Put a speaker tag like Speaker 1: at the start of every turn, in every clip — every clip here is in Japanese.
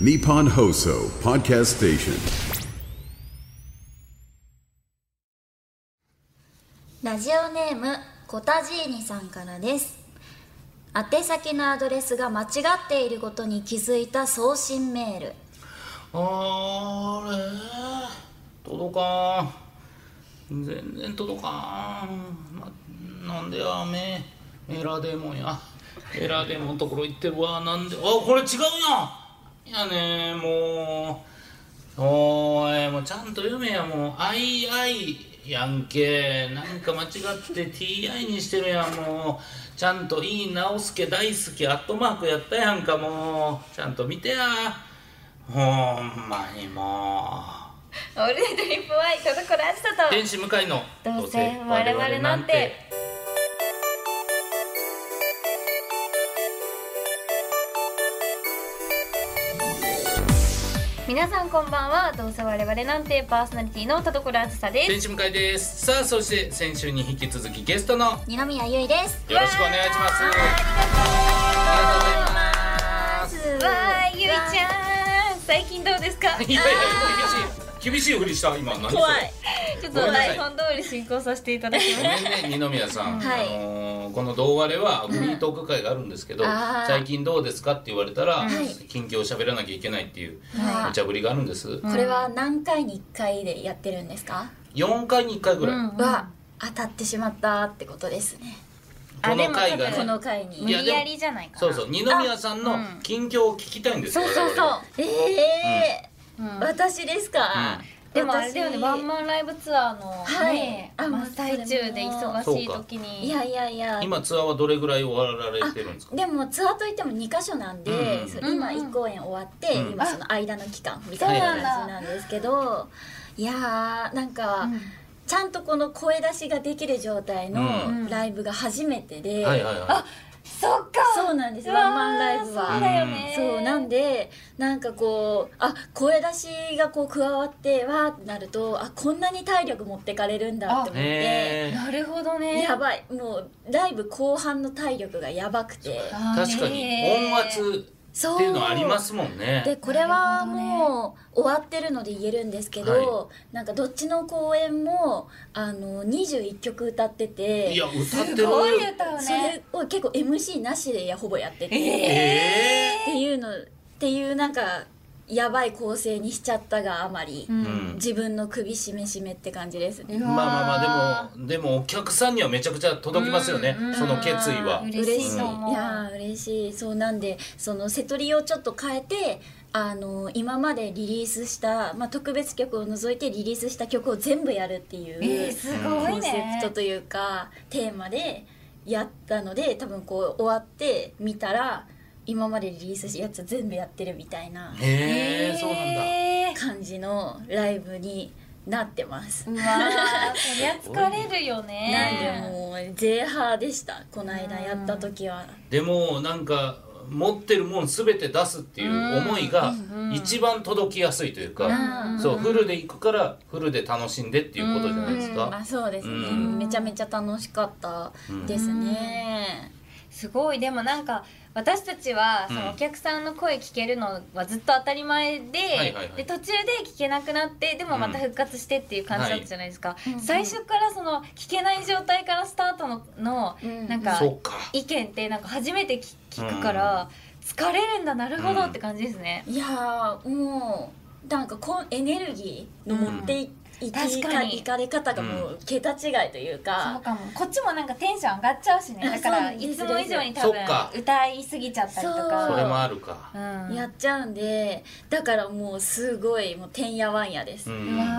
Speaker 1: Nippon Hoso Podcast Station.
Speaker 2: ラジオネームコタジーニさんからです宛先のアドレスが間違っていることに気づいた送信メール
Speaker 3: あれ届かん全然届かん、ま、なんでやめエラデモンやエラデモンのところ行ってるわなんであこれ違うやんいやねもうおいもうちゃんと読めやもう「II」やんけなんか間違って TI にしてるやんもうちゃんと「いい直すけ大好き」アットマークやったやんかもうちゃんと見てやほんまにも
Speaker 2: オルネドリップワイトのコラジ
Speaker 3: う
Speaker 2: タ
Speaker 3: 天使向かいの
Speaker 2: とどうせ我々なんて皆さんこんばんはどうせ我々なんてパーソナリティの田所あずさです
Speaker 3: 天使向かいですさあそして先週に引き続きゲストのよろし
Speaker 2: 二宮ゆいです
Speaker 3: くお願いしますありがとうございます
Speaker 2: わーゆいちゃん最近どうですか
Speaker 3: いやいや厳しい厳しいふりした今何それ
Speaker 4: 怖い
Speaker 2: ちょっ
Speaker 3: ご
Speaker 2: と
Speaker 3: めんなさい
Speaker 2: 台本通り進行させていただ き
Speaker 3: ご
Speaker 2: ま
Speaker 3: めんね二宮さん、
Speaker 2: はい
Speaker 3: あのーこの「どうわれ」はフリートーク会があるんですけど、
Speaker 2: あー
Speaker 3: 最近どうですかって言われたら、
Speaker 2: い
Speaker 3: 近況を喋らなきゃいけないっていう
Speaker 2: すはい
Speaker 3: 無茶ぶりがあるんです、
Speaker 5: これは何回に1回でやってるんですか、
Speaker 3: 4回に1回ぐらい、
Speaker 5: は当たってしまったってことですね
Speaker 3: この回が
Speaker 2: あ
Speaker 3: ね
Speaker 2: でも多分
Speaker 5: この回に
Speaker 2: 無
Speaker 3: いやでも
Speaker 2: 理やりじゃないか
Speaker 3: そう
Speaker 2: な
Speaker 3: そう二宮さんの近況を聞きたいんですよ、
Speaker 2: そうそう
Speaker 3: 我々は
Speaker 2: そ
Speaker 5: ええー私ですか、
Speaker 2: うでもあれだよね
Speaker 5: 私
Speaker 2: ワンマンライブツアーの
Speaker 5: はい
Speaker 2: ね
Speaker 5: あ
Speaker 2: 真っ最中で忙しい
Speaker 3: そうか
Speaker 2: 時に
Speaker 5: いやいやいや
Speaker 3: 今ツアーはどれぐらい終わられてるんですか
Speaker 5: でもツアーといっても2か所なんで、
Speaker 3: うん
Speaker 5: そう今1公演終わって、
Speaker 3: うん
Speaker 5: 今その間の期間みたいな感じなんですけどいやーなんか、ちゃんとこの声出しができる状態
Speaker 3: う
Speaker 5: のライブが初めてで、
Speaker 3: はいはいはい
Speaker 2: そっか
Speaker 5: そうなんですワンマンライブは
Speaker 2: そうだよね
Speaker 5: そうなんでなんかこうあ声出しがこう加わってわーってなるとあこんなに体力持ってかれるんだって思って
Speaker 3: へえ
Speaker 2: なるほどね
Speaker 5: やばいもうライブ後半の体力がやばくて
Speaker 2: あー
Speaker 3: 確かに
Speaker 2: ね
Speaker 3: 音圧
Speaker 5: そう
Speaker 3: っていうのはありますもん ね
Speaker 5: でこれは
Speaker 2: なる
Speaker 5: もう終わってるので言えるんですけど、
Speaker 3: は
Speaker 5: なんかどっちの公演もあの21曲歌ってて
Speaker 3: いや歌ってる
Speaker 2: すごい歌う
Speaker 5: そ
Speaker 2: ね
Speaker 5: れを結構 MC なしでやほぼやってて、
Speaker 3: え
Speaker 5: っていうのっていうなんかやばい構成にしちゃったがあまり、
Speaker 3: え
Speaker 5: 自分の首しめしめって感じですね
Speaker 3: まあまあまあでもでもお客さんにはめちゃくちゃ届きますよね、その決意は
Speaker 2: うん
Speaker 5: 嬉
Speaker 2: 嬉し
Speaker 5: しい
Speaker 2: い
Speaker 5: い
Speaker 2: と思う
Speaker 5: やー嬉しいそうなんでその瀬取りをちょっと変えてあの今までリリースした、まあ、特別曲を除いてリリースした曲を全部やるっていう、
Speaker 2: えーすご
Speaker 5: コ
Speaker 2: い
Speaker 5: ンセ
Speaker 2: ね
Speaker 5: プトというかテーマでやったので多分こう終わって見たら今までリリースしたやつ全部やってるみたいな
Speaker 3: へえそうなんだ
Speaker 2: へー
Speaker 5: 感じのライブになってます
Speaker 2: うわーそりゃ疲れるよ
Speaker 5: なん
Speaker 2: ね
Speaker 5: でもうゼーハーでしたこの間やった時は
Speaker 3: でもなんか持ってるもん全て出すっていう思いが一番届きやすいというか、そうフルで行くからフルで楽しんでっていうことじゃないですか、
Speaker 5: あそうですね、
Speaker 3: うん
Speaker 5: めちゃめちゃ楽しかったですね、
Speaker 2: すごいでもなんか私たちはそのお客さんの声聞けるのはずっと当たり前で,、
Speaker 3: はいはい
Speaker 2: で途中で聞けなくなってでもまた復活してっていう感じだったじゃないですか、最初からその聞けない状態からスタートのの
Speaker 5: ん
Speaker 2: なんか
Speaker 3: そっか
Speaker 2: 意見ってなんか初めて聞聞くから疲れるんだなるほど
Speaker 3: うん
Speaker 2: って感じですね。
Speaker 5: いやーもうなんかこうエネルギーの持ってい,、い
Speaker 2: 確
Speaker 5: き
Speaker 2: か
Speaker 5: か
Speaker 2: に
Speaker 5: いかれ方がもう桁違いという
Speaker 2: そう
Speaker 5: か、
Speaker 2: かもこっちもなんかテンション上がっちゃうしねだか
Speaker 5: そう
Speaker 2: ら
Speaker 5: なんです
Speaker 2: いつも以上に多
Speaker 3: そっか
Speaker 2: 分歌いすぎちゃったりと
Speaker 5: そう
Speaker 3: それ
Speaker 2: か
Speaker 3: もあるか、
Speaker 2: うん
Speaker 5: やっちゃうんでだからもうすごいもうてんやわんやです、
Speaker 3: う
Speaker 5: わ
Speaker 3: ん
Speaker 5: ーっ
Speaker 3: う
Speaker 5: て
Speaker 3: んうん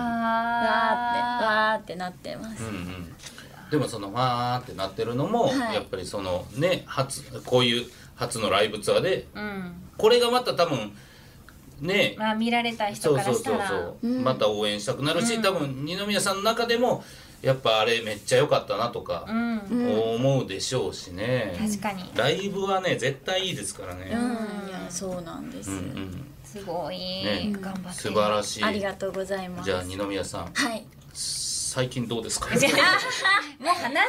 Speaker 5: わーってなってます、
Speaker 3: うんでもそのわーってなってるのも、
Speaker 5: はい
Speaker 3: やっぱりそのね初こういう初のライブツアーで
Speaker 2: うん
Speaker 3: これがまた多分ね
Speaker 2: まあ見られた人
Speaker 3: そう
Speaker 2: か
Speaker 3: そ
Speaker 2: ら
Speaker 3: う
Speaker 2: した
Speaker 3: そう
Speaker 2: ら
Speaker 3: そう、また応援したくなるし、多分二宮さんの中でもやっぱあれめっちゃ良かったなとか
Speaker 2: ん
Speaker 3: 思うでしょうしね、
Speaker 2: 確かに
Speaker 3: ライブはね絶対いいですからね、
Speaker 5: うんいやそうなんです、
Speaker 3: うんうん
Speaker 2: すごい、
Speaker 3: ね
Speaker 2: 頑張って
Speaker 3: 素晴らしい
Speaker 5: ありがとうございます
Speaker 3: じゃあ二宮さん
Speaker 5: はい
Speaker 3: さ最近どう ですか
Speaker 2: もう話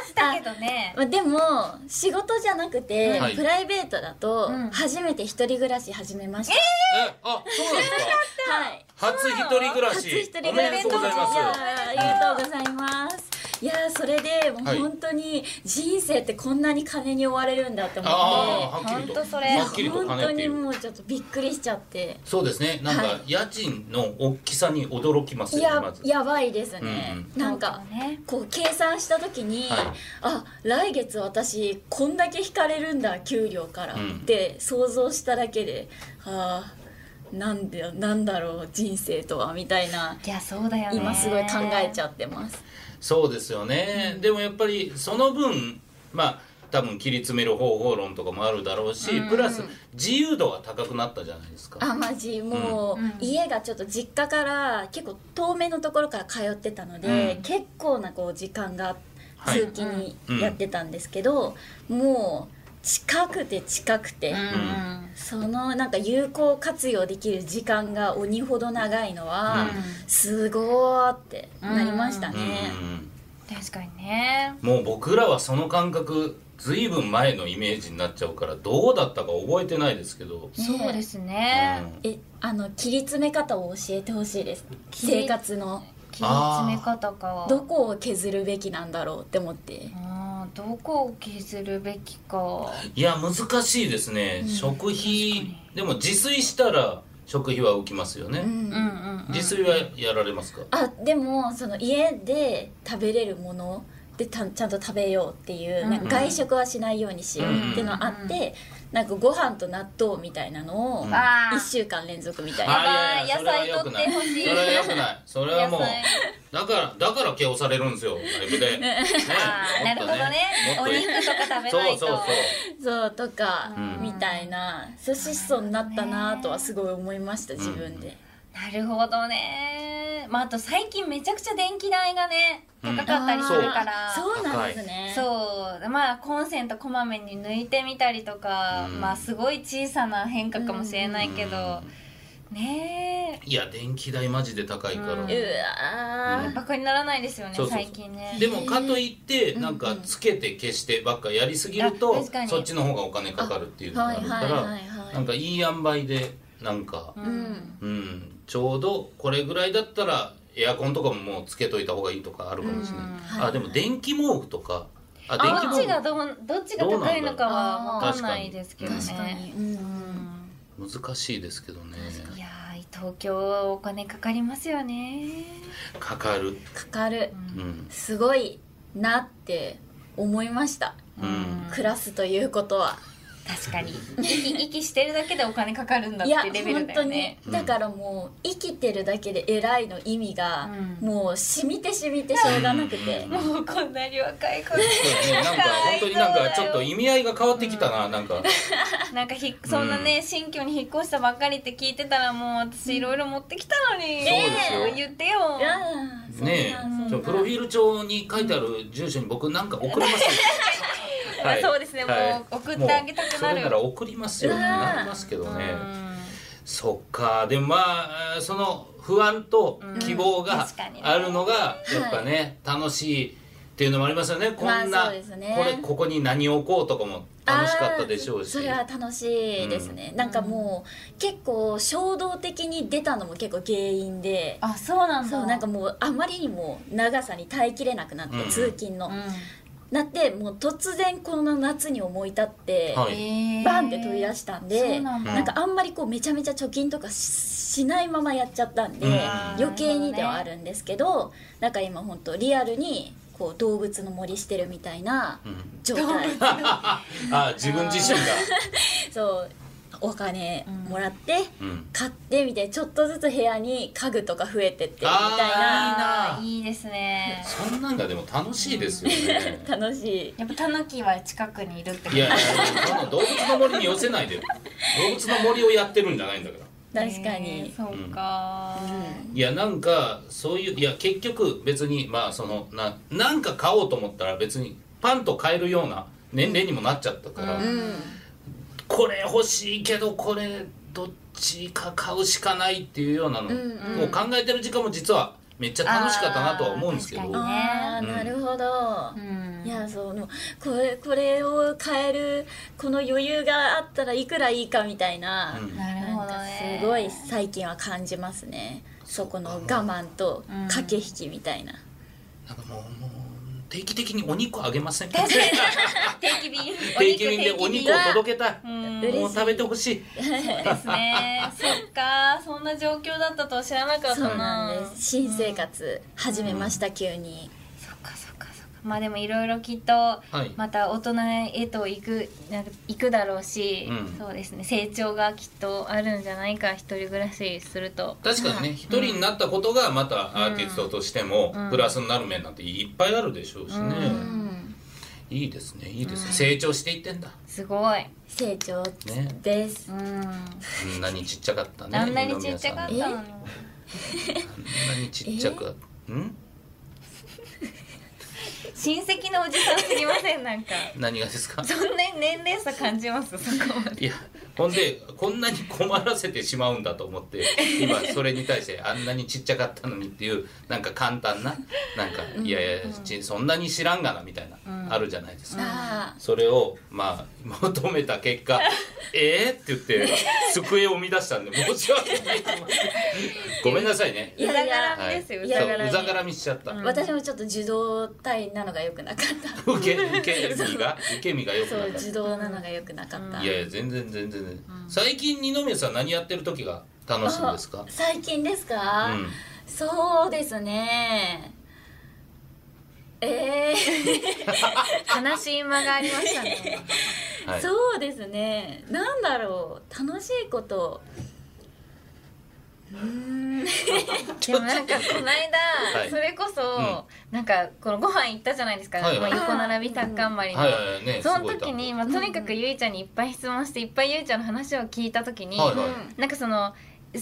Speaker 2: したけどね
Speaker 5: まあでも仕事じゃなくて、
Speaker 3: はい
Speaker 5: プライベートだと、
Speaker 2: ん
Speaker 5: 初めて一人暮らし始めました、
Speaker 3: えあそうなんですか
Speaker 5: はい
Speaker 3: 初一人暮らし
Speaker 5: 初一人
Speaker 3: お
Speaker 5: 暮
Speaker 3: め
Speaker 5: ら
Speaker 3: で
Speaker 5: し
Speaker 3: とうございます
Speaker 5: やありがとうございますいやーそれでもう
Speaker 3: はい
Speaker 5: 本当に人生ってこんなに金に追われるんだって思って、
Speaker 3: ああーはっきりと
Speaker 2: ほんとそれ
Speaker 3: はっきりと
Speaker 5: 本
Speaker 3: 金っ
Speaker 5: 当
Speaker 3: てい
Speaker 5: に
Speaker 3: う
Speaker 5: もうちょっとびっくりしちゃって
Speaker 3: そうですねなん
Speaker 5: は
Speaker 3: か家賃の大きさに驚きます
Speaker 5: い
Speaker 3: よね
Speaker 5: や
Speaker 3: まず
Speaker 5: やばいですね、なんか
Speaker 2: 本当ね
Speaker 5: こう計算した時に、
Speaker 3: はい
Speaker 5: あ来月私こんだけ引かれるんだ給料から、
Speaker 3: うん
Speaker 5: って想像しただけであーなんだなんだろう人生とはみたいない
Speaker 2: やそうだよね
Speaker 5: 今すごい考えちゃってます、
Speaker 3: そうですよね、でもやっぱりその分まあ多分切り詰める方法論とかもあるだろうし、プラス自由度が高くなったじゃないですか
Speaker 5: あマジもう、家がちょっと実家から結構遠めのところから通ってたので、
Speaker 3: うん
Speaker 5: 結構なこう時間が
Speaker 3: はい
Speaker 5: 通勤にやってたんですけど、もう近くて近くて、
Speaker 2: うん
Speaker 5: そのなんか有効活用できる時間が鬼ほど長いのは、すごーってなりましたね、
Speaker 2: 確かにね
Speaker 3: うん、もう僕らはその感覚ずいぶん前のイメージになっちゃうからどうだったか覚えてないですけど、
Speaker 2: そうですね
Speaker 3: うん
Speaker 5: えあの切り詰め方を教えてほしいです
Speaker 2: り
Speaker 5: 生活の
Speaker 2: 切り詰め方か
Speaker 5: どこを削るべきなんだろうって思って
Speaker 2: あーどこを削るべきか
Speaker 3: いや難しいですね、食費でも自炊したら食費は浮きますよね、
Speaker 2: うんうん
Speaker 3: 自炊はやられますか、
Speaker 5: あでもその家で食べれるものでたちゃんと食べようっていう、なんか外食はしないようにしようっていうのはあって、なんかご飯と納豆みたいなのを
Speaker 3: ん
Speaker 2: あー
Speaker 5: 1週間連続みたいな
Speaker 3: あいやいやそれは良
Speaker 2: やばい
Speaker 3: くな
Speaker 2: 野菜取ってほしい
Speaker 3: それは良くないそれはもう
Speaker 2: 野菜
Speaker 3: だからだから毛をされるんですよライブで、ね
Speaker 2: あーなるほどね
Speaker 3: もっ
Speaker 2: お
Speaker 3: と
Speaker 2: 肉とか食べ
Speaker 3: そ
Speaker 2: ないうと
Speaker 3: そう
Speaker 5: そうとか、
Speaker 3: うん
Speaker 5: みたいなそう質素になったなとはすごい思いました自分で、
Speaker 2: なるほどねまああと最近めちゃくちゃ電気代がね
Speaker 3: うん
Speaker 2: 高かったりするから、
Speaker 5: そうそうなんですねう
Speaker 2: そうまあコンセントこまめに抜いてみたりとか、
Speaker 3: うん
Speaker 2: まあすごい小さな変化かもしれないけど、ね
Speaker 3: そういや電気代マジで高いから、
Speaker 2: うん
Speaker 5: うわ
Speaker 2: えバカにならないですよね
Speaker 3: そうそうそう
Speaker 2: 最近ね
Speaker 3: でもかといってなんかつけて消してばっかやりすぎると、
Speaker 2: あ確かに
Speaker 3: そっちの方がお金かかるっていうのがあるか
Speaker 5: あはいはいはいは
Speaker 3: ら
Speaker 5: い
Speaker 3: なんかいい塩梅でなんか
Speaker 5: ーうん
Speaker 3: うんちょうどこれぐらいだったらエアコンとかももうつけといた方がいいとかあるかもしれない、
Speaker 5: うん
Speaker 3: あでも電気毛布とかあ
Speaker 2: ど
Speaker 3: 電気
Speaker 2: っ
Speaker 3: 毛
Speaker 2: ちが
Speaker 3: 布
Speaker 2: どうどっちが高い
Speaker 3: どうな
Speaker 2: のかは
Speaker 3: んだろう
Speaker 2: わかんないですけどね
Speaker 5: 確かに、うん
Speaker 3: 難しいですけどね
Speaker 2: いやー東京お金かかりますよね
Speaker 3: かかる
Speaker 5: かかる
Speaker 3: うん、
Speaker 5: すごいなって思いました、
Speaker 3: うん、
Speaker 5: 暮らすということは
Speaker 2: 確かに息息してるだけでお金かかるんだっ
Speaker 5: いや
Speaker 2: て
Speaker 5: 本
Speaker 2: レベルだ
Speaker 5: 当
Speaker 2: よ
Speaker 5: に
Speaker 2: ね
Speaker 5: だからもう生きてるだけで偉いの意味が、
Speaker 2: うん
Speaker 5: もうしみてしみてしょうがなくて、
Speaker 3: うん
Speaker 2: もうこんなに若い子
Speaker 3: そうねなんか本当になんかちょっと意味合いが変わってきたな、なんか
Speaker 2: なんかひそんなね、新居に引っ越したばっかりって聞いてたらもう私いろいろ持ってきたのに、
Speaker 3: そうですよ
Speaker 2: ねえ言ってよ
Speaker 5: いやー
Speaker 3: ね
Speaker 5: そうなん
Speaker 3: えちょプロフィール帳に書いてある住所に僕 なんか送りますよ
Speaker 2: あそうですねもう送ってあげたく
Speaker 3: もう
Speaker 2: なる
Speaker 3: それから送りますよってなりますけどねそっかでもまあその不安と希望
Speaker 2: うん
Speaker 3: が
Speaker 2: 確かにね
Speaker 3: あるのがやっぱね、楽しいっていうのもありますよねこんな、
Speaker 5: まあそうですね
Speaker 3: これここに何を置こうとかも楽しかったでしょうし
Speaker 5: あーそれは楽しいですね、なんかもう結構衝動的に出たのも結構原因で
Speaker 2: あそうなんだ
Speaker 5: そうなんかもうあまりにも長さに耐えきれなくなって、
Speaker 3: うん
Speaker 5: 通勤の、
Speaker 2: う
Speaker 5: なってもう突然この夏に思い立って、
Speaker 3: はい
Speaker 2: ん、えー
Speaker 5: バンって取り出したんで、
Speaker 2: そう
Speaker 5: な
Speaker 2: なんんだ
Speaker 5: かあんまりこうめちゃめちゃ貯金とかししないままやっちゃったんで、
Speaker 3: うん
Speaker 5: 余計にではあるんですけど、なんか今本当リアルにこう動物の森してるみたいな状態、
Speaker 3: あ自分自身が
Speaker 5: そうお金もらって、
Speaker 3: うん
Speaker 5: 買ってみてちょっとずつ部屋に家具とか増えてってみたいな
Speaker 3: あ
Speaker 2: あーいいですね
Speaker 3: そんなんがでも楽しいです よね
Speaker 5: 楽しい
Speaker 2: やっぱタヌキは近くにいるってこと
Speaker 3: いやいやその動物の森に寄せないでよ動物の森をやってるんじゃないんだから
Speaker 5: 確か
Speaker 2: えー
Speaker 5: に、
Speaker 2: そうか、
Speaker 3: いやなんかそういういや結局別にまあそのななんか買おうと思ったら別にパンと買えるような年齢にもなっちゃったから、これ欲しいけどこれどっちか買うしかないっていうようなのを考えてる時間も実はめっちゃ楽しかったなとは思うんですけど
Speaker 2: あー確かに
Speaker 5: ああなるほど、
Speaker 2: うん
Speaker 5: いやそうでもこれこれを変えるこの余裕があったらいくらいいかみたいな、
Speaker 3: うん
Speaker 2: なる
Speaker 5: な
Speaker 2: ほ
Speaker 5: ん
Speaker 2: ど
Speaker 5: か
Speaker 2: ね
Speaker 5: すご い最近は感じますねそこの我慢と駆け引きみたいな、
Speaker 3: なんかもうもう定期的にお肉あげませんか
Speaker 2: 確かに定期便
Speaker 3: 定期便でお肉を届けたい
Speaker 2: うん
Speaker 5: 嬉しい
Speaker 3: もう食べてほしい
Speaker 2: ですねそっかそんな状況だったとは知らなかった
Speaker 5: そ
Speaker 2: な
Speaker 5: うなんです新生活始めました、急に
Speaker 2: そっかそっかそっかまあでもいろいろきっと
Speaker 3: い
Speaker 2: また大人へと行くなんか行くだろうし、
Speaker 3: うん
Speaker 2: そうですね成長がきっとあるんじゃないか一人暮らしすると
Speaker 3: 確かにね一人になったことがまたアーティストとしてもプラスになる面なんていっぱいあるでしょうしねいいですねいいですね成長していってんだ
Speaker 2: すごい、
Speaker 5: 成長
Speaker 3: ね
Speaker 5: です、
Speaker 2: うん、
Speaker 3: あんなにちっちゃかったね
Speaker 2: あんなにちっちゃかった
Speaker 3: 二宮さんね
Speaker 2: のに
Speaker 3: あんなにちっちゃくん
Speaker 2: 親戚のおじさんすぎませんなんか
Speaker 3: 何がですか
Speaker 2: そんな年齢差感じますそこまで
Speaker 3: いやほんでこんなに困らせてしまうんだと思 って今それに対してあんなにちっちゃかったのにっていうなんか簡単ななんかいやいやちそんなに知らんがなみたいな、あるじゃないですか、
Speaker 5: あ
Speaker 3: それをまあ求めた結果 「えっ?」って言って机を生み出したんで申し訳ないと思ってごめんなさいね
Speaker 5: いやいや
Speaker 2: ダメですよ
Speaker 3: そうう
Speaker 5: ざが
Speaker 3: う
Speaker 5: らみ
Speaker 3: ざがらみしちゃった、
Speaker 5: あ私もちょっと受動体なのが良くなかった
Speaker 3: 受け受け身が受け身が良く
Speaker 5: そ
Speaker 3: な
Speaker 5: う
Speaker 3: かっ
Speaker 5: 受動なのが良くなかった、
Speaker 3: たいやいや全然全然全然、最近二宮さん何やってる時が楽しいんですか
Speaker 5: 最近ですか、
Speaker 3: うん
Speaker 5: そうですねえ
Speaker 2: 悲しい間がありましたね
Speaker 5: ー
Speaker 3: はい、
Speaker 5: そうですねなんだろう楽しいこと
Speaker 2: でもなんかこの間、
Speaker 3: はい
Speaker 2: それこそ、なんかこのご飯行ったじゃないですか、
Speaker 3: はいはい
Speaker 2: まあ横並びタッカンマリの、
Speaker 3: はいはいはいね
Speaker 2: そ
Speaker 3: す
Speaker 2: の
Speaker 3: ごい
Speaker 2: 時に、まあ、とにかくゆいちゃんにいっぱい質問していっぱいゆいちゃんの話を聞いた時に、
Speaker 3: はいはい
Speaker 2: なんかその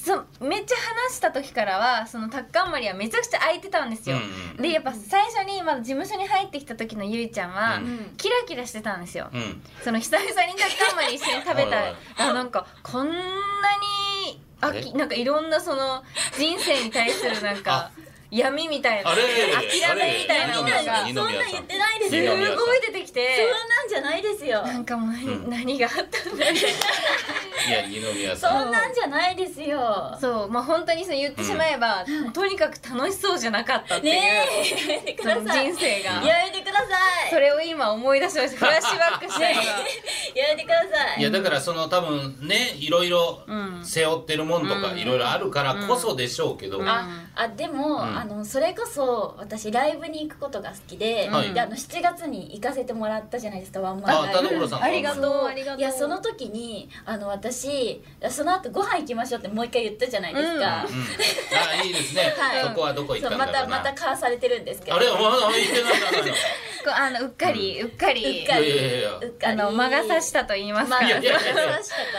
Speaker 2: そめっちゃ話した時からはそのタッカンマリはめちゃくちゃ空いてたんですよ、
Speaker 3: うん
Speaker 2: でやっぱ最初にまだ事務所に入ってきた時のゆいちゃんは、
Speaker 3: うん
Speaker 2: キラキラしてたんですよ、
Speaker 3: うん
Speaker 2: その久々にタッカンマリ一緒に食べ
Speaker 3: はいはい
Speaker 2: たあなんかこんなにあき
Speaker 3: あ
Speaker 2: なんかいろんなその人生に対するなんか
Speaker 3: あ
Speaker 2: 闇みたいな
Speaker 3: あれ
Speaker 2: 諦めみたいなのが
Speaker 3: あ
Speaker 5: そん
Speaker 3: れ
Speaker 2: す
Speaker 5: なん
Speaker 3: 二宮さん
Speaker 5: 言ってないです
Speaker 2: ごい
Speaker 5: よ
Speaker 3: 二宮さん
Speaker 2: 出てきて
Speaker 5: そんなんじゃないですよ
Speaker 2: なんかもう何,、
Speaker 3: うん
Speaker 2: 何があったん だろう
Speaker 3: いや二宮
Speaker 5: そ
Speaker 3: さん
Speaker 5: んなんじゃないですよ
Speaker 2: そうまあ本当にそう言ってしまえば、とにかく楽しそうじゃなかったっていう、
Speaker 5: ねえやめてく
Speaker 2: その
Speaker 5: ださい
Speaker 2: 人生が
Speaker 5: やめてくださ
Speaker 2: それを今思い出しましたフラッシュバックした今
Speaker 5: いやめてください
Speaker 3: いやだからその多分ねいろいろ背負ってるもんとかいろいろあるからこそでしょうけど、
Speaker 5: ああでも、あのそれこそ私ライブに行くことが好きで,、
Speaker 3: はい
Speaker 5: であの7月に行かせてもらったじゃないですかワンマン
Speaker 3: あ
Speaker 5: ラ
Speaker 3: 田
Speaker 5: イ
Speaker 3: 所
Speaker 5: ブ
Speaker 3: さん
Speaker 2: ありが
Speaker 5: そ
Speaker 2: と
Speaker 5: う
Speaker 2: うありがとう
Speaker 5: いやその時にあの私その後ご飯行きましょうってもう一回言ったじゃないですか、
Speaker 3: うん、あいいです ね、
Speaker 5: はい
Speaker 3: そこはどこ行っ
Speaker 5: そ
Speaker 3: た
Speaker 5: うんま
Speaker 3: だろ
Speaker 5: た
Speaker 3: うな
Speaker 5: また買わされてるんですけど
Speaker 3: あれまだ言ってないから
Speaker 2: こうあのうっかり、うっかり
Speaker 5: うっかり
Speaker 3: いやいやいや
Speaker 5: うっか
Speaker 2: あ
Speaker 5: り
Speaker 2: の魔が差したと言います
Speaker 5: 魔
Speaker 2: か、
Speaker 5: が
Speaker 3: いやいや
Speaker 5: 差したか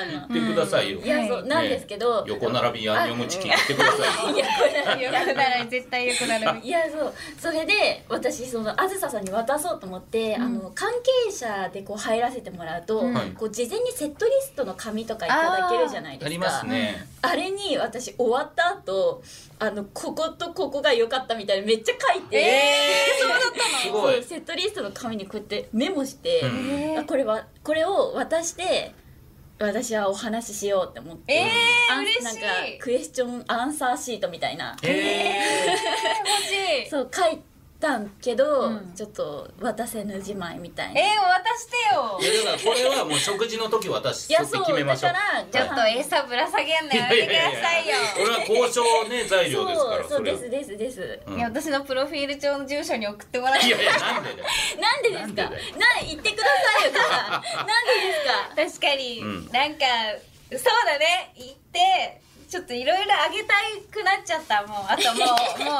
Speaker 5: な、
Speaker 3: 言ってくださいよ、
Speaker 5: いやそうなんですけど、
Speaker 3: 横並びヤンニョムチキン言ってくださいよ
Speaker 5: いやこれ
Speaker 2: よくなら絶対よくな る
Speaker 5: いやそうそれで私そのあずささんに渡そうと思って、あの関係者でこう入らせてもらうと、
Speaker 3: ん
Speaker 5: こう事前にセットリストの紙とかいただけるじゃないですか
Speaker 3: ありますね、
Speaker 5: あれに私終わった後あのこことここが良かったみたいにめっちゃ書いて、
Speaker 3: そうだったすご
Speaker 5: そう
Speaker 3: い
Speaker 5: セットリストの紙にこうやってメモして、
Speaker 3: うん
Speaker 5: あこれはこれを渡して私はお話ししようって思って、
Speaker 2: えー
Speaker 5: アン
Speaker 2: 嬉しい
Speaker 5: なんかクエスチョンアンサーシートみたいな
Speaker 3: ええ
Speaker 2: 欲しいえー、
Speaker 5: そう書いたんけど、
Speaker 2: うん
Speaker 5: ちょっと渡せぬじまいみたいな。
Speaker 2: 渡してよ
Speaker 3: いやだからこれはもう食事の時私
Speaker 5: い
Speaker 3: 取
Speaker 5: や
Speaker 3: って
Speaker 5: そう
Speaker 3: 決めましょう
Speaker 5: だから
Speaker 2: ちょっと餌ぶら下げんのやめて くださいよ
Speaker 3: これは交渉ね材料ですから
Speaker 5: そうそう
Speaker 3: れ
Speaker 5: で
Speaker 3: は
Speaker 5: すですです。
Speaker 3: うん
Speaker 2: いや私のプロフィール帳の住所に送ってもらっ
Speaker 3: い
Speaker 2: て
Speaker 3: やいやなんでだよ
Speaker 5: なんでですか。な
Speaker 3: なんでだよ
Speaker 5: 言ってくださいよ母さん。なんでです か。
Speaker 2: 確かに、
Speaker 3: うん
Speaker 2: なんかそうだね行ってちょっといろいろあげたいくなっちゃったもう あともうもうご飯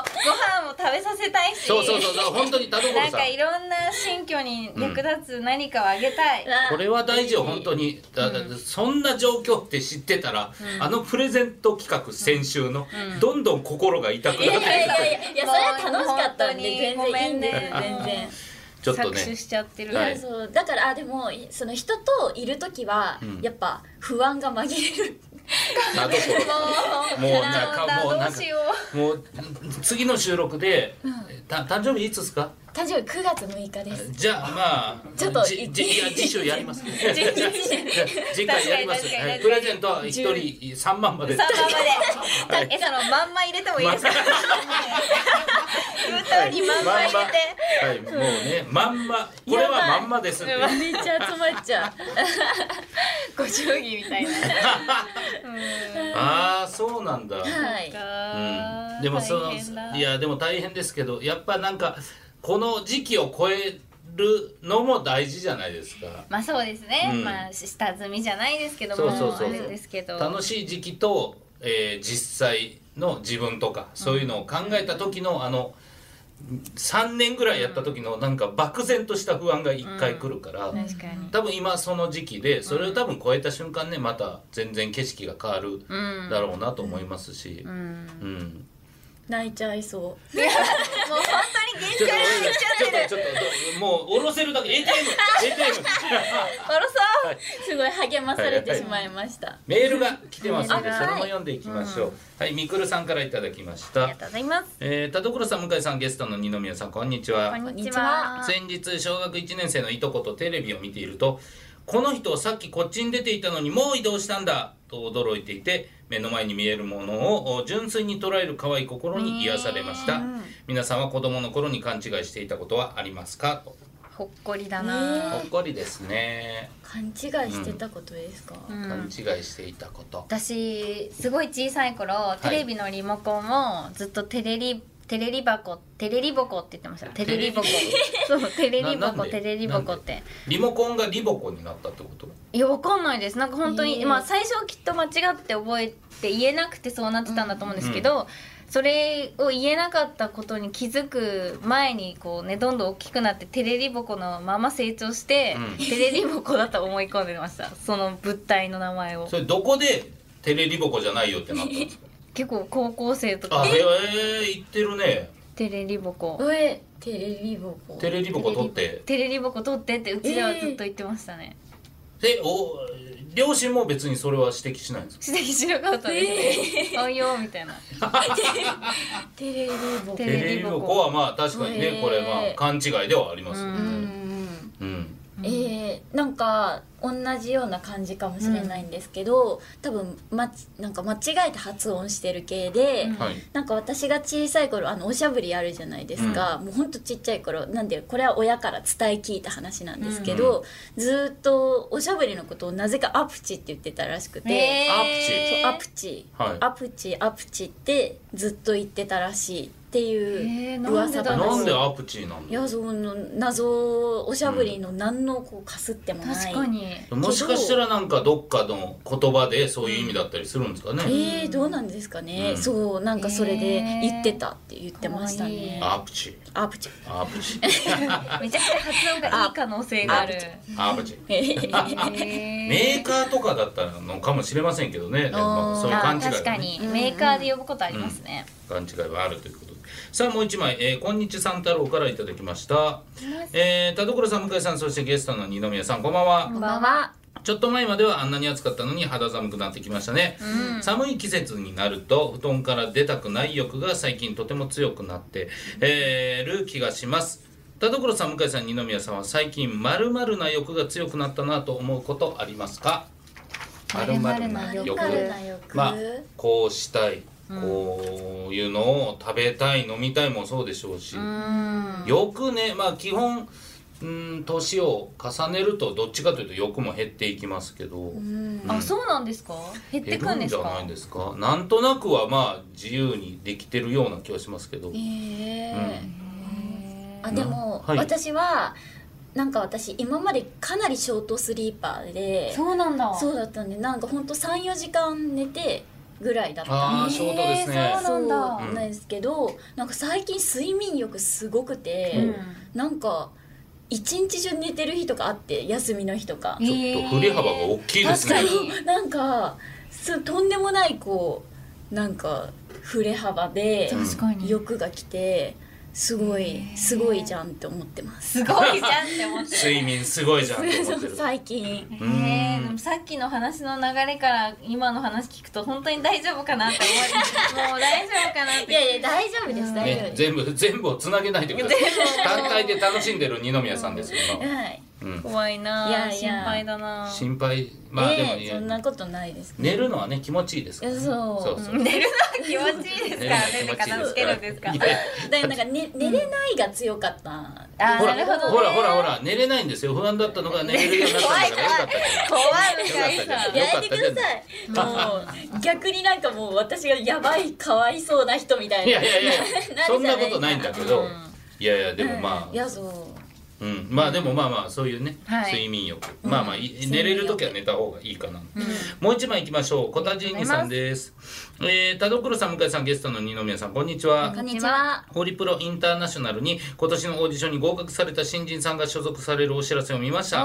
Speaker 2: も食べさせたいし
Speaker 3: そうそうそうだから本当に田所さ
Speaker 2: なん
Speaker 3: ん
Speaker 2: かいろんな新居に役立つ何かをあげたい、
Speaker 5: わあ
Speaker 3: これは大事よ本当にだだそんな状況って知ってたら、あのプレゼント企画先週の、どんどん心が痛くな
Speaker 5: い
Speaker 3: っ
Speaker 5: や
Speaker 3: て
Speaker 5: い
Speaker 3: く
Speaker 5: やい
Speaker 3: る
Speaker 5: やいやいやそれは楽しかったんで全
Speaker 2: もう本当にご
Speaker 5: 然
Speaker 2: め
Speaker 5: いいん
Speaker 2: ん
Speaker 5: で
Speaker 2: ね
Speaker 5: すよ全然。
Speaker 3: ちょっと
Speaker 2: 搾取
Speaker 3: ね
Speaker 2: しちゃってる、
Speaker 5: いや、
Speaker 3: はい
Speaker 5: そうだからあでもその人といる時は、やっぱ不安が紛れる
Speaker 3: ったところ もうなん
Speaker 2: なん
Speaker 3: か
Speaker 2: だ
Speaker 3: もうなん
Speaker 2: どう
Speaker 3: か
Speaker 2: しよう
Speaker 3: もう次の収録で、た誕生日いつですか
Speaker 5: 誕生日9月6日です
Speaker 3: じゃあまあ
Speaker 5: ちょっと
Speaker 3: じじいや次週やります次回やります
Speaker 2: 確かに確かに
Speaker 3: はいプレゼントは一人3万まで
Speaker 2: 三番までえそのまんま入れてもいいですか封筒にまんま入れて
Speaker 3: はい、もうね、まんま、これはまんまですって。
Speaker 5: めっちゃ集まっちゃ
Speaker 2: ご祝儀 みたいな
Speaker 3: ああ、そうなんだ。
Speaker 5: うはい
Speaker 3: うん、でも、その、いや、でも大変ですけど、やっぱなんか、この時期を超えるのも大事じゃないですか。
Speaker 2: まあそうですね、
Speaker 3: うん
Speaker 2: まあ下積みじゃないですけど
Speaker 3: そう
Speaker 2: も
Speaker 3: そうそう
Speaker 2: あれですけど
Speaker 3: 楽しい時期と、えー実際の自分とか、そういうのを考えた時の、あの。3年ぐらいやった時のなんか漠然とした不安が1回来るから、
Speaker 2: 確かに
Speaker 3: 多分今その時期でそれを多分超えた瞬間ねまた全然景色が変わるだろうなと思いますし、うん
Speaker 5: 泣いちゃいそう
Speaker 2: もう本当に
Speaker 3: ちょっ
Speaker 2: 限界まで来ちゃってる
Speaker 3: とちょっとちょっともう下ろせるだけ ATM ATM
Speaker 2: おろそう
Speaker 5: すごい励まされてしまいました。
Speaker 3: メールが来てますの
Speaker 5: メ
Speaker 3: で
Speaker 5: ー
Speaker 3: そ
Speaker 5: ルが
Speaker 3: れも読んでいきましょう、はいみくるさんからいただきました
Speaker 2: ありがとうございます
Speaker 3: えー、田所さん向井さんゲストの二宮さんこんにちは
Speaker 2: こん
Speaker 5: に
Speaker 2: にち
Speaker 5: ち
Speaker 2: は
Speaker 5: は
Speaker 3: 先日小学1年生のいとことテレビを見ているとこの人さっきこっちに出ていたのにもう移動したんだと驚いていて目の前に見えるものを純粋に捉える可愛い心に癒されました皆さんは子供の頃に勘違いしていたことはありますかと
Speaker 2: ほっこりだな、
Speaker 3: ほっこりですね
Speaker 5: 勘違いしてたことですか。
Speaker 2: うん
Speaker 3: 勘違いしていたこと
Speaker 2: 私すごい小さい頃
Speaker 3: い
Speaker 2: テレビのリモコンをずっとテレリテレリ箱テレリボコって言ってましたテレリボコそうテレリボ
Speaker 3: なな
Speaker 2: コ
Speaker 3: んで
Speaker 2: テレリボコって
Speaker 3: リモコンがリボコになったってこと
Speaker 2: いやわかんないですなんか本当に、
Speaker 5: えー
Speaker 2: まあ最初はきっと間違って覚えて言えなくてそうなってたんだと思うんですけど、それを言えなかったことに気づく前にこうねどんどん大きくなってテレリボコのまま成長して、
Speaker 3: うん
Speaker 2: テレリボコだと思い込んでま したその物体の名前を
Speaker 3: それどこでテレリボコじゃないよってなったんです か
Speaker 2: 結構高校生とか
Speaker 3: あへえー、言ってるね
Speaker 2: テレリボコ
Speaker 5: うえ、テレビボコ。
Speaker 3: テレリボコ取って
Speaker 2: テレリボコ取ってってうちではずっと言ってましたね、
Speaker 3: でお両親も別にそれは指摘しないんですか
Speaker 2: 指摘しなかったですね、あんよみたいな
Speaker 5: テレビボコ
Speaker 2: テ
Speaker 3: テレビの子はまあ確かにね、
Speaker 5: へー
Speaker 3: これまあ勘違いではありますよ
Speaker 5: う
Speaker 3: ね
Speaker 5: ん。
Speaker 3: うん、
Speaker 5: えー、なんか同じような感じかもしれないんですけど、多分まなんか間違えて発音してる系で、
Speaker 2: うん
Speaker 3: はい
Speaker 5: なんか私が小さい頃あのおしゃぶりあるじゃないですか、もうほんとちっちゃい頃なんでこれは親から伝え聞いた話なんですけど、ずーっとおしゃぶりのことをなぜかアプチって言ってたらしくて、そうアプチ、
Speaker 3: はい
Speaker 5: アプチアプチってずっと言ってたらしいってい
Speaker 2: え
Speaker 5: う
Speaker 2: ーなんで
Speaker 5: 噂
Speaker 2: だろう
Speaker 5: 話、
Speaker 3: なんでアプチーなん
Speaker 5: い
Speaker 3: だ
Speaker 5: やその謎おしゃぶりの何のこうかすってもない
Speaker 2: 確かに、
Speaker 3: もしかしたらなんかどっかの言葉でそういう意味だったりするんですかね、
Speaker 5: えー、どうなんですかね、
Speaker 3: うん
Speaker 5: そうなんかそれで言ってたって言ってました
Speaker 2: え
Speaker 5: ね
Speaker 2: ー、
Speaker 3: アプチ
Speaker 5: アプチ
Speaker 3: ーアプチ
Speaker 2: めちゃくちゃ発音がいい可能性がある。
Speaker 3: ーアプチー
Speaker 2: メ
Speaker 3: メーカーとかだったのかもしれませんけどね、でもまあそういう勘違い、ね、
Speaker 2: 確かにメーカーで呼ぶことありますね。
Speaker 3: 勘違いはあるということでさあもう一枚、えー、こんにちさん太郎からいただきました、えー、田所さん向井さんそしてゲストの二宮さんこんばんは、
Speaker 2: こん
Speaker 6: こんば
Speaker 2: ばん
Speaker 6: ん
Speaker 2: は。
Speaker 6: は
Speaker 3: ちょっと前まではあんなに暑かったのに肌寒くなってきましたね、寒い季節になると布団から出たくない欲が最近とても強くなって、えーる気がします田所さん向井さん二宮さんは最近まるな欲が強くなったなと思うことありますか
Speaker 2: 〇〇な
Speaker 5: よ
Speaker 2: 欲
Speaker 5: く
Speaker 2: ある
Speaker 5: なよく、
Speaker 3: まあこうしたいこういうのを食べたい飲みたいもそうでしょうし、よくねまあ基本うん年を重ねるとどっちかというと欲も減っていきますけど、
Speaker 2: あ、そうなんですか。減って
Speaker 3: 減
Speaker 2: く
Speaker 3: る
Speaker 2: ん
Speaker 3: ん
Speaker 2: で
Speaker 3: じ
Speaker 2: す
Speaker 3: ゃな
Speaker 2: か
Speaker 3: い。ですかなんとなくはまあ自由にできてるような気はしますけど、
Speaker 5: えーあ
Speaker 3: な
Speaker 5: でも、
Speaker 3: はい
Speaker 5: 私はなんか私今までかなりショートスリーパーで
Speaker 2: そうなんだ。
Speaker 5: そうだったんでなんかほんと34時間寝てぐらいだった
Speaker 3: あ
Speaker 5: ん
Speaker 3: あ
Speaker 5: で
Speaker 3: ショートですね
Speaker 2: ー、そうなんだ
Speaker 5: そうなんですけど、なんか最近睡眠欲すごくて、なんか一日中寝てる日とかあって休みの日とか、
Speaker 2: え
Speaker 3: ちょっと振れ幅が大きいです
Speaker 5: 確か
Speaker 3: ね
Speaker 5: に なんかそうとんでもないこうなんか振れ幅で
Speaker 2: 確かに
Speaker 5: 欲が来てすごいすごいじゃんって思ってます
Speaker 2: すごいじゃんって思って
Speaker 3: 睡眠すごいじゃ んって 思ってる
Speaker 5: 最近
Speaker 2: えー、でもさっきの話の流れから今の話聞くと本当に大丈夫かなって思いもう大丈夫かなっ
Speaker 5: い
Speaker 2: て
Speaker 5: やいや大丈夫です大丈夫
Speaker 3: ね、
Speaker 5: です、
Speaker 3: 全部全部をつなげないでください単体で楽しんでる二宮さんですけど
Speaker 5: はい
Speaker 2: 怖いな
Speaker 5: や
Speaker 2: い
Speaker 5: いや
Speaker 2: 心配だな
Speaker 3: 心配まあでも、
Speaker 5: ねえそんなことないです
Speaker 3: 寝るのはね気持ちいいですから、ね、
Speaker 5: そう
Speaker 3: そうそう
Speaker 2: 寝るのは気持ちいいですからねって片付けるんですか
Speaker 3: いや
Speaker 5: だからなんか、ね、寝れないが強かった
Speaker 2: あー
Speaker 3: ほら
Speaker 2: なるほどね
Speaker 3: ほらほらほら寝れないんですよ不安だったのが寝れるようになったんだからよかったじゃん
Speaker 2: 怖いみたいな
Speaker 3: よ
Speaker 5: や
Speaker 3: か
Speaker 5: め
Speaker 3: ってた
Speaker 5: く
Speaker 3: じゃん
Speaker 5: ださいもう逆になんかもう私がやばいかわいそうな人みたい
Speaker 3: い
Speaker 5: な
Speaker 3: やいやいや
Speaker 5: なるじゃない
Speaker 3: そんなことないんだけど、
Speaker 2: うん
Speaker 3: いやいやでもま
Speaker 5: い
Speaker 3: あ、
Speaker 5: やそう
Speaker 3: うん、まあでもまあまあそういうね、
Speaker 2: はい
Speaker 3: 睡眠欲、まあまあい寝れる時は寝た方がいいかな、もう一枚いきましょうコタジーニさんですえー、田所さん向井さんゲストの二宮さんこんにちは
Speaker 6: こんにちは
Speaker 3: ホリプロインターナショナルに今年のオーディションに合格された新人さんが所属されるお知らせを見ました、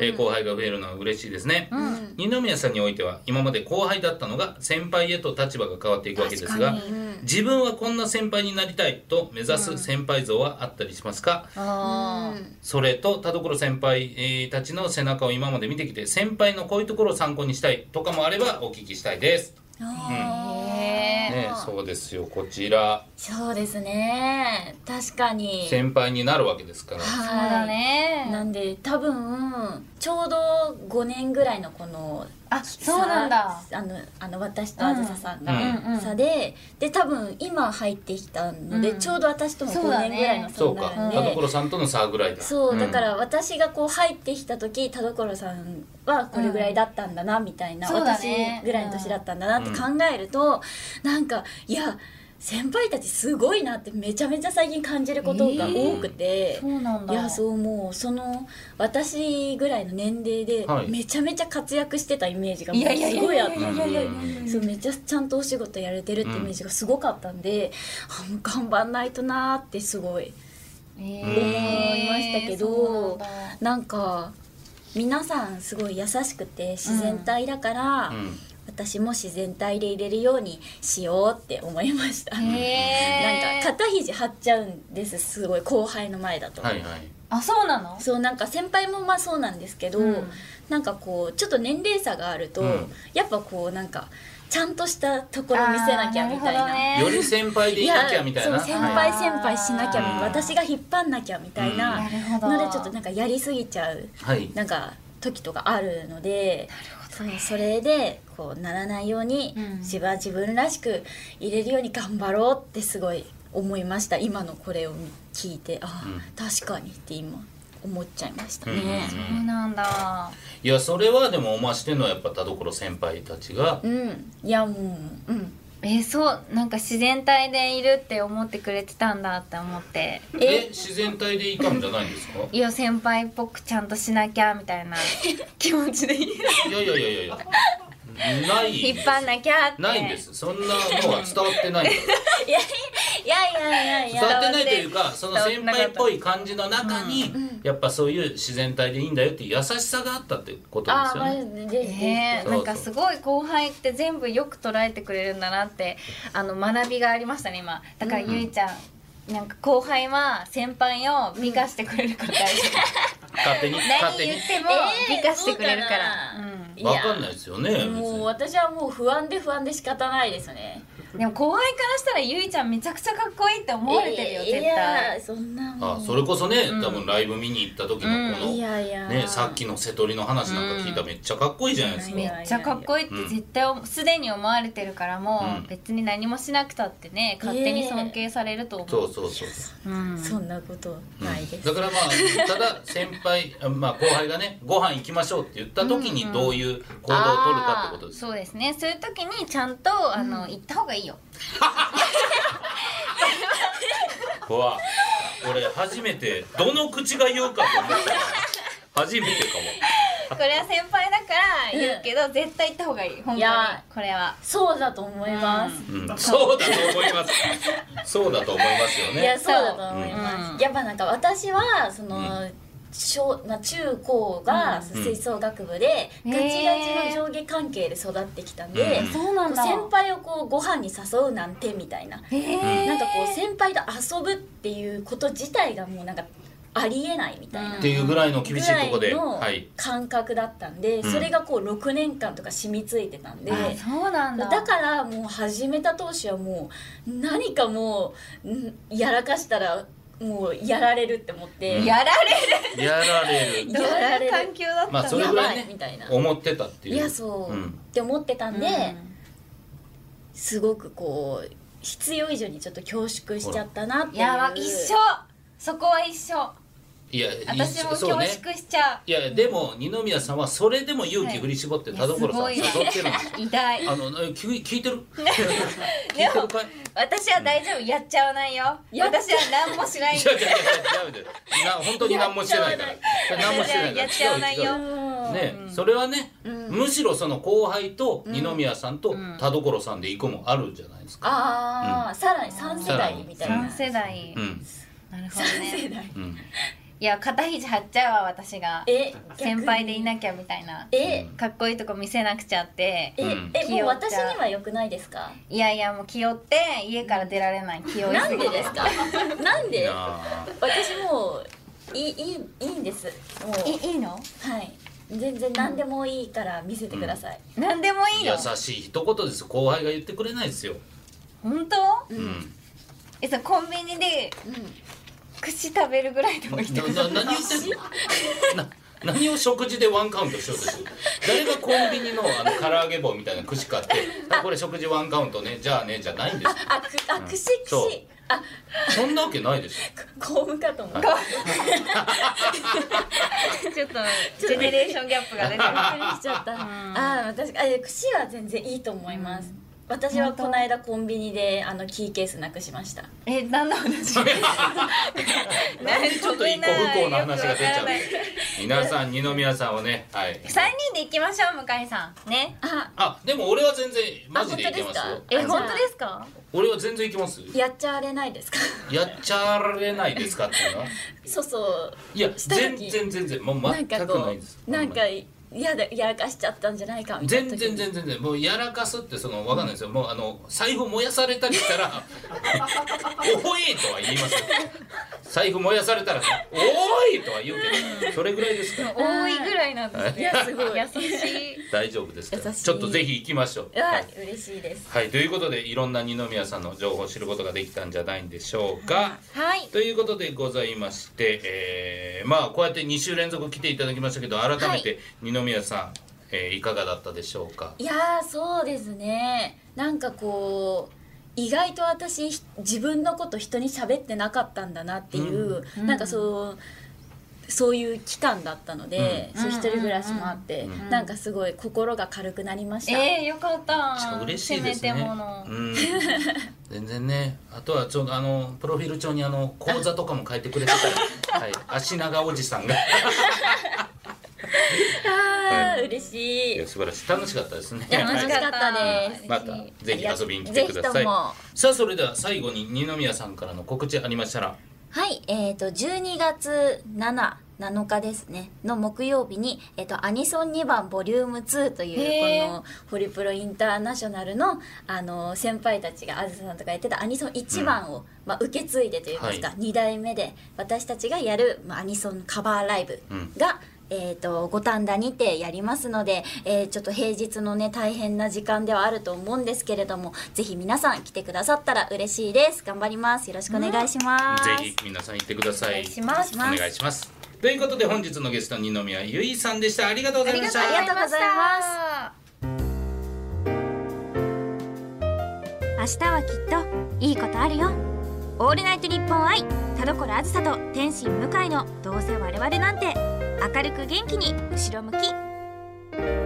Speaker 3: えー後輩が増えるのは嬉しいですね、二宮さんにおいては今まで後輩だったのが先輩へと立場が変わっていくわけですが
Speaker 2: 確かに
Speaker 3: 自分はこんな先輩になりたいと目指す先輩像はあったりしますか、
Speaker 2: あー
Speaker 3: それと田所先輩えーたちの背中を今まで見てきて先輩のこういうところを参考にしたいとかもあればお聞きしたいです、
Speaker 2: へ
Speaker 3: ね、そうですよこちら
Speaker 5: そうですね確かに
Speaker 3: 先輩になるわけですから
Speaker 2: ーそうだね
Speaker 5: なんで多分ちょうど5年ぐらいのこの
Speaker 2: あそうなんだ
Speaker 5: さあのあの私とあずささん
Speaker 2: うんう
Speaker 5: が
Speaker 2: ん
Speaker 5: 差で、で多分今入ってきたので、
Speaker 2: うん
Speaker 5: ちょうど私とも
Speaker 2: そうだ
Speaker 5: 5
Speaker 2: ね
Speaker 5: 年ぐらいの差
Speaker 3: そう
Speaker 5: に
Speaker 3: か
Speaker 5: なるんで、
Speaker 3: 田所さんとの差ぐらいだ
Speaker 5: そうだか
Speaker 3: ん
Speaker 5: ら私がこう入ってきた時田所さんはこれぐらいだったんだなみたいな、
Speaker 2: そうだ
Speaker 5: 私
Speaker 2: ね
Speaker 5: ぐらいの年だったんだなって考えると、なんかいや先輩たちすごいなってめちゃめちゃ最近感じることが多くて、
Speaker 2: そうなんだ
Speaker 5: いやそうもうその私ぐらいの年齢で
Speaker 3: はい
Speaker 5: めちゃめちゃ活躍してたイメージがも
Speaker 2: いうやいやい
Speaker 5: す
Speaker 2: や
Speaker 5: ご
Speaker 2: い
Speaker 5: いあ
Speaker 2: や
Speaker 5: っ
Speaker 2: いや
Speaker 5: た
Speaker 2: いやいやいや
Speaker 5: そうめっちゃちゃんとお仕事やれてるってイメージがすごかったんで、あもう頑張んないとなーってすごい思いましたけど、なんか皆さんすごい優しくて自然体だから、
Speaker 3: ん
Speaker 5: 私も自然体で入れるようにしようって思いました、なん
Speaker 2: へえ
Speaker 5: か肩肘張っちゃうんですすごい後輩の前だと、
Speaker 3: はいはい
Speaker 2: あそうなの
Speaker 5: そうなんか先輩もまあそうなんですけど、
Speaker 2: うん
Speaker 5: なんかこうちょっと年齢差があると、
Speaker 3: うん
Speaker 5: やっぱこうなんかちゃんとしたところ見せなきゃみたいな。
Speaker 3: より先輩でいなきゃみたいな
Speaker 5: そう先
Speaker 3: は
Speaker 5: 輩
Speaker 3: い
Speaker 5: 先輩しなきゃみたいな
Speaker 3: うん
Speaker 5: 私が引っ張んなきゃみたいな
Speaker 2: うんなるほど
Speaker 5: のでちょっとなんかやりすぎちゃう
Speaker 3: はい
Speaker 5: なんか時とかあるのでそうそれでこうならないように
Speaker 2: うん
Speaker 5: 自分は自分らしく入れるように頑張ろうってすごい思いました今のこれを聞いてああ、確かにって今思っちゃいました
Speaker 3: うんうんうん
Speaker 5: ね。
Speaker 2: そうなんだ
Speaker 3: いやそれはでもおましてんのはやっぱ田所先輩たちが
Speaker 5: うん、いやもう、うん、
Speaker 2: えーそうなんか自然体でいるって思ってくれてたんだって思って
Speaker 3: え自然体でいたんじゃないんですか
Speaker 2: いや先輩っぽくちゃんとしなきゃみたいな 気持ちでいる
Speaker 3: いやいやいやいやいやない
Speaker 2: 引っ張んなきゃって
Speaker 3: ないんですそんなのは伝わってないから
Speaker 5: いやいやいやい
Speaker 3: 伝
Speaker 5: や
Speaker 3: わってないというかその先輩っぽい感じの中にやっぱそういう自然体でいいんだよっていう優しさがあったってことで
Speaker 5: あ
Speaker 3: す
Speaker 5: あま
Speaker 3: よ
Speaker 5: あ
Speaker 3: ね
Speaker 5: でで
Speaker 2: ねえ
Speaker 3: そうそう
Speaker 2: なんかすごい後輩って全部よく捉えてくれるんだなってあの学びがありましたね今だからゆいちゃん、なんか後輩は先輩を美化してくれるから大丈
Speaker 3: 勝手に
Speaker 2: 夫
Speaker 3: 勝
Speaker 2: 何
Speaker 3: 手
Speaker 2: 言っ
Speaker 3: に
Speaker 2: ても
Speaker 5: えー
Speaker 2: 美化してくれるから、
Speaker 5: そうかな
Speaker 2: うん
Speaker 5: いや
Speaker 3: わかんないですよね別に
Speaker 5: もう私はもう不安で不安で仕方ないですね。
Speaker 2: でも後輩からしたらゆいちゃんめちゃくちゃかっこいいって思われてるよ、
Speaker 5: い
Speaker 2: 絶
Speaker 5: や
Speaker 2: 対
Speaker 5: そんなもん。
Speaker 3: あそれこそね多分ライブ見に行った時のこの
Speaker 5: いやいや
Speaker 3: ねさっきの瀬戸利の話なんか聞いたらめっちゃかっこいいじゃないですか
Speaker 5: いやいや
Speaker 2: めっちゃかっこいいって絶対思うすでに思われてるからも
Speaker 3: うん
Speaker 2: う別に何もしなくたってね勝手に尊敬されると思う、
Speaker 3: そうそうそう
Speaker 2: うん
Speaker 5: そんなことないです。
Speaker 3: だからまあただ先輩あまあ後輩がねご飯行きましょうって言った時にどういう行動を取るかってことです
Speaker 2: そうですねそういう時にちゃんとあの、行った方がいいよ
Speaker 3: うわ俺初めてどの口が言うかと思ったから初めてか
Speaker 2: これは先輩だから言う けど、絶対行った方がいい本当
Speaker 5: い
Speaker 2: に
Speaker 5: や
Speaker 2: これは
Speaker 5: そうだと思います。
Speaker 3: も、うん、そうだと思いますそうだと思いますよ
Speaker 5: いや
Speaker 3: ね
Speaker 5: そうだと思います。やっぱなんか私はその、小まあ、中高が吹奏楽部で、
Speaker 2: うん
Speaker 5: ガチガチの上下関係で育ってきたんで、
Speaker 3: うん
Speaker 2: そうなんだ
Speaker 5: 先輩をこうご飯に誘うなんてみたいな、
Speaker 2: へえ
Speaker 5: なんかこう先輩と遊ぶっていうこと自体がもうなんかありえないみたいな
Speaker 2: うん
Speaker 3: っていうぐらいの厳しいとこで、
Speaker 5: ぐらいの
Speaker 3: はい、
Speaker 5: 感覚だったんで、
Speaker 3: ん
Speaker 5: それがこう6年間とか染みついてたんで、
Speaker 2: あそうなんだ
Speaker 5: だからもう始めた当初はもう何かもうんやらかしたらもうやられるって思って、
Speaker 3: うん
Speaker 5: や
Speaker 2: やられ
Speaker 3: やられる
Speaker 2: るどう
Speaker 5: やられる
Speaker 2: いう環境だった
Speaker 3: まあそれ
Speaker 5: や
Speaker 3: ぐら
Speaker 5: ば
Speaker 3: い
Speaker 5: い
Speaker 3: ね
Speaker 5: みたいな。
Speaker 3: 思ってたっていう
Speaker 5: いやそう、
Speaker 3: ん
Speaker 5: って思ってたんで、
Speaker 2: うん
Speaker 5: すごくこう必要以上にちょっと恐縮しちゃったなっていう
Speaker 2: いやわ一緒そこは一緒
Speaker 3: いや
Speaker 2: 私も
Speaker 3: そ
Speaker 2: 恐
Speaker 3: うね
Speaker 2: 縮しちゃ
Speaker 3: いやでも二宮さんはそれでも勇気振り絞って田所さん
Speaker 2: はい
Speaker 3: 誘
Speaker 2: いやすごい
Speaker 3: ってるんですよ
Speaker 2: う、偉大
Speaker 3: あの聞い聞い てる聞いて
Speaker 2: で
Speaker 3: る
Speaker 2: も
Speaker 3: かい
Speaker 2: 私は大丈夫やっちゃわないよ
Speaker 5: やっちゃ
Speaker 2: 私は何も しない
Speaker 3: いやいやいや違う違うな本当に何もしてないから何もしてないから
Speaker 2: やっちゃわないよ
Speaker 3: 違う違うね、それはね、むしろその後輩と二宮さんと田所さんで行くもあるんじゃないですか、
Speaker 5: ああ、さらに3世代みたいな
Speaker 2: 3世代、
Speaker 3: うん
Speaker 2: なるほど
Speaker 5: 世
Speaker 2: ね
Speaker 5: 代
Speaker 3: うん
Speaker 2: いや肩肘張っちゃうわ私が
Speaker 5: え
Speaker 2: 先輩でいなきゃみたいな
Speaker 5: え
Speaker 2: かっこいいとこ見せなくちゃって
Speaker 5: え、
Speaker 3: うん
Speaker 5: えもう
Speaker 2: 気負っ
Speaker 5: 私
Speaker 2: ちゃう
Speaker 5: には良くないですか
Speaker 2: いやいやもう気負って家から出られない気負い
Speaker 5: な
Speaker 2: す
Speaker 5: ん
Speaker 2: ぎ
Speaker 5: で
Speaker 2: て
Speaker 5: ですかなんで
Speaker 3: あ
Speaker 5: 私もういいいいいいんですもう
Speaker 2: いいいの
Speaker 5: はい全然何でもいいから見せてください、
Speaker 2: 何でもいいの
Speaker 3: ー優しい一言です後輩が言ってくれないですよ、
Speaker 2: 本当
Speaker 3: うん
Speaker 2: えさコンビニで串食べるぐらいで もいいって
Speaker 3: な
Speaker 2: こと
Speaker 3: な何言ってんの な何を食事でワンカウントしようとしてる誰がコンビニのあの唐揚げ棒みたいな串買ってあこれ食事ワンカウントねじゃあねじゃないんですよ
Speaker 5: あくあくしくし、
Speaker 3: そう
Speaker 5: あ
Speaker 3: そんなわけないでし
Speaker 5: 公務かと思う
Speaker 2: ちょっとジェネレーションギャップが出てる
Speaker 5: びっくりしちゃった。ああ、確かに、串は全然いいと思います。私はこの間コンビニで、あのキーケースなくしました。
Speaker 2: え何 の話
Speaker 3: ょちょっと一個不幸な話が出ち ゃう
Speaker 2: よくわからない
Speaker 3: 皆さん二宮さんをねはい
Speaker 2: 三人で行きましょう向井さんね
Speaker 5: あ、
Speaker 3: あでも俺は全然マジでいけますよ
Speaker 5: あ本当ですか
Speaker 2: え本当ですか
Speaker 3: 俺は全然いけます
Speaker 5: やっちゃわれない ですか。
Speaker 3: やっちゃられないですかっていうのは
Speaker 5: そうそう。
Speaker 3: いや
Speaker 5: した
Speaker 3: 全
Speaker 5: 時
Speaker 3: 然全然もう
Speaker 5: なん
Speaker 3: 全
Speaker 5: か
Speaker 3: く
Speaker 5: こ
Speaker 3: ないです
Speaker 5: う、なんか、やだ、やらかしちゃったんじゃないかみたい
Speaker 3: 全
Speaker 5: な時に。
Speaker 3: 然全然全然もうやらかすってそのわかんないですよもうあの財布燃やされたりしたら「おい!」とは言いますよ財布燃やされたら「おい!」とは言うけどそれぐらいですから
Speaker 2: 多いぐら いなんですね
Speaker 5: いやすごい
Speaker 2: 優しい
Speaker 3: 大丈夫ですから
Speaker 5: 優しい
Speaker 3: ちょっとぜひ行きましょう
Speaker 5: あ、
Speaker 3: はい、
Speaker 5: 嬉しいです。
Speaker 3: はいということでいろんな二宮さんの情報を知ることができたんじゃないんでしょうか
Speaker 2: はい
Speaker 3: ということでございまして、えーまあこうやって2週連続来ていただきましたけど改めて二宮さん、えーいかがだったでしょうか
Speaker 5: いやーそうですねなんかこう意外と私ひ自分のこと人に喋ってなかったんだなっていう、なんかそうそういう期間だったので、そう一人暮らしもあって、なんかすごい心が軽くなりました、
Speaker 2: えー、よかった
Speaker 3: 嬉しいですね
Speaker 2: せめてもの、
Speaker 3: うん、全然ねあとはちょうどあのプロフィール帳にあの講座とかも書いてくれてたら、はい、足長おじさんが
Speaker 5: あー嬉
Speaker 3: い
Speaker 5: しい
Speaker 3: や素晴らしい楽しかったですね
Speaker 5: 楽しかったです、
Speaker 3: またぜひ遊びに来てくださ
Speaker 5: ぜ
Speaker 3: い
Speaker 5: ひとも
Speaker 3: さあそれでは最後に二宮さんからの告知ありましたら
Speaker 6: はい、えっ、と、12月7、7日ですね、の木曜日に、えっ、と、アニソン2番ボリューム2とい
Speaker 2: へ
Speaker 6: う、
Speaker 2: ー
Speaker 6: この、
Speaker 5: ホリプロインターナショナルのあの先輩たちがあずささんとかやってたアニソン1番を、まあ、受け継いでといいますか、
Speaker 3: はい
Speaker 5: 2代目で私たちがやる、まあ、アニソンカバーライブが、えー、と五反田にてやりますので、えーちょっと平日のね大変な時間ではあると思うんですけれどもぜひ皆さん来てくださったら嬉しいです頑張りますよろしくお願いします、
Speaker 3: ぜひ皆さん行ってください
Speaker 2: お願いします
Speaker 3: お願いしますということで本日のゲスト二宮ゆいさんでしたありがとうございました
Speaker 5: ありがとうございます
Speaker 7: 明日はきっといいことあるよオールナイトニッポン愛田所あずさと天心向井のどうせ我々なんて明るく元気に後ろ向き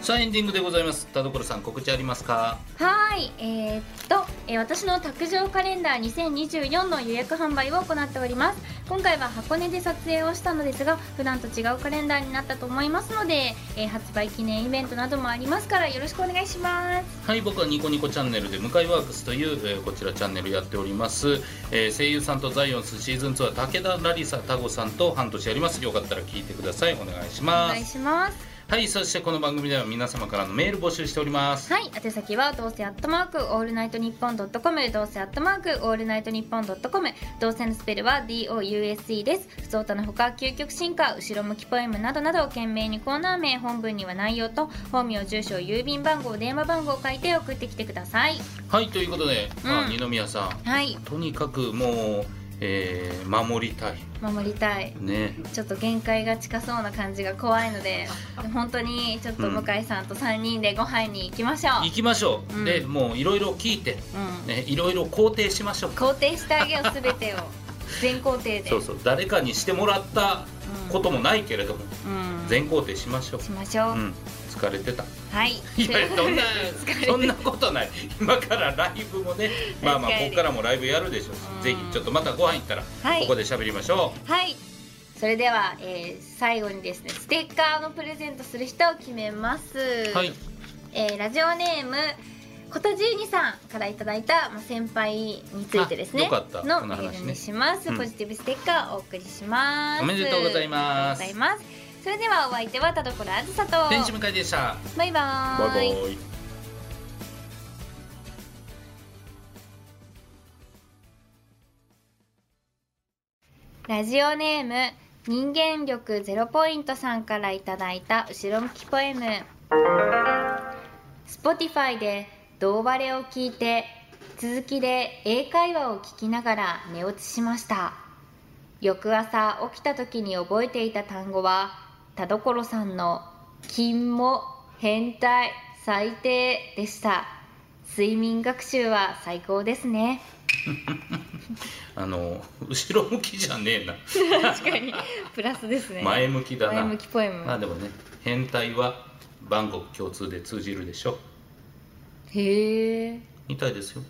Speaker 3: さあエンディングでございます田所さん告知ありますか
Speaker 2: はい、えーっと、えー私の卓上カレンダー2024の予約販売を行っております。今回は箱根で撮影をしたのですが、普段と違うカレンダーになったと思いますので、えー発売記念イベントなどもありますからよろしくお願いします。
Speaker 3: はい僕はニコニコチャンネルで「向井ワークス」という、えーこちらチャンネルやっております、えー声優さんとザイオンスシーズン2は武田ラリサタゴさんと半年やりますよかったら聞いてくださいお願いし
Speaker 2: お
Speaker 3: ま
Speaker 2: 願い
Speaker 3: す
Speaker 2: します。
Speaker 3: はいそしてこの番組では皆様からのメール募集しております
Speaker 2: はい、宛先はどうせアットマークオールナイトニッポンドットコム、どうせアットマークオールナイトニッポンドットコム、どうせのスペルは DOUSE です。不相たのほか、究極進化、後ろ向きポエムなどなど、懸命にコーナー名、本文には内容と、本名、住所、郵便番号、電話番号を書いて送ってきてください。
Speaker 3: はいということで、まあ、
Speaker 2: うん
Speaker 3: 二宮さん
Speaker 2: はい、
Speaker 3: とにかくもう、えー守りたい
Speaker 2: 守りたい。
Speaker 3: ね
Speaker 2: ちょっと限界が近そうな感じが怖いので、本当にちょっと向井さんと3人でご飯に行きましょ
Speaker 3: 行きましょう、
Speaker 2: うん
Speaker 3: でもういろいろ聞いて、
Speaker 2: う。うん。
Speaker 3: ね、いろいろ肯定しましょう
Speaker 2: 肯定してあげよう、すべてを。全肯定で。
Speaker 3: そうそう誰かにしてもらったこともないけれども、
Speaker 2: うん
Speaker 3: 全肯定しましょう
Speaker 2: し、ましょう、
Speaker 3: うん、疲れてた
Speaker 2: はい
Speaker 3: いやいやそんな
Speaker 2: 疲れて
Speaker 3: そんなことない今からライブもねまあまあ
Speaker 2: 確か
Speaker 3: こ
Speaker 2: に
Speaker 3: こからもライブやるでしょうし、
Speaker 2: うん
Speaker 3: ぜひちょっとまたご飯行ったらこ
Speaker 2: はい
Speaker 3: こで喋りましょ
Speaker 2: はいそれでは、えー最後にですねステッカーのプレゼントする人を決めます
Speaker 3: う、はい、
Speaker 2: えーラジオネームコタジーニさんからいただいた、まあ、先輩についてですね
Speaker 3: あよかった
Speaker 2: の
Speaker 3: この
Speaker 2: メ
Speaker 3: 話ね
Speaker 2: ールにします、
Speaker 3: うん
Speaker 2: ポジティブステッカーをお送りします
Speaker 3: おめでとうございます
Speaker 2: ありがとうございますそれではお相手は田所あずさと
Speaker 3: 天使向井でした
Speaker 2: バイバーイ
Speaker 3: イ
Speaker 2: ラジオネーム人間力ゼロポイントさんからいただいた後ろ向きポエム Spotify で同バレを聞いて続きで英会話を聞きながら寝落ちしました翌朝起きた時に覚えていた単語は田所さんの「金も変態最低」でした睡眠学習は最高ですね
Speaker 3: あの後ろ向きじゃねえな
Speaker 2: 確かにプラスですね
Speaker 3: 前向きだな
Speaker 2: 前向きポエム
Speaker 3: まあでもね変態は万国共通で通じるでしょう
Speaker 2: へえ
Speaker 3: みたいですよ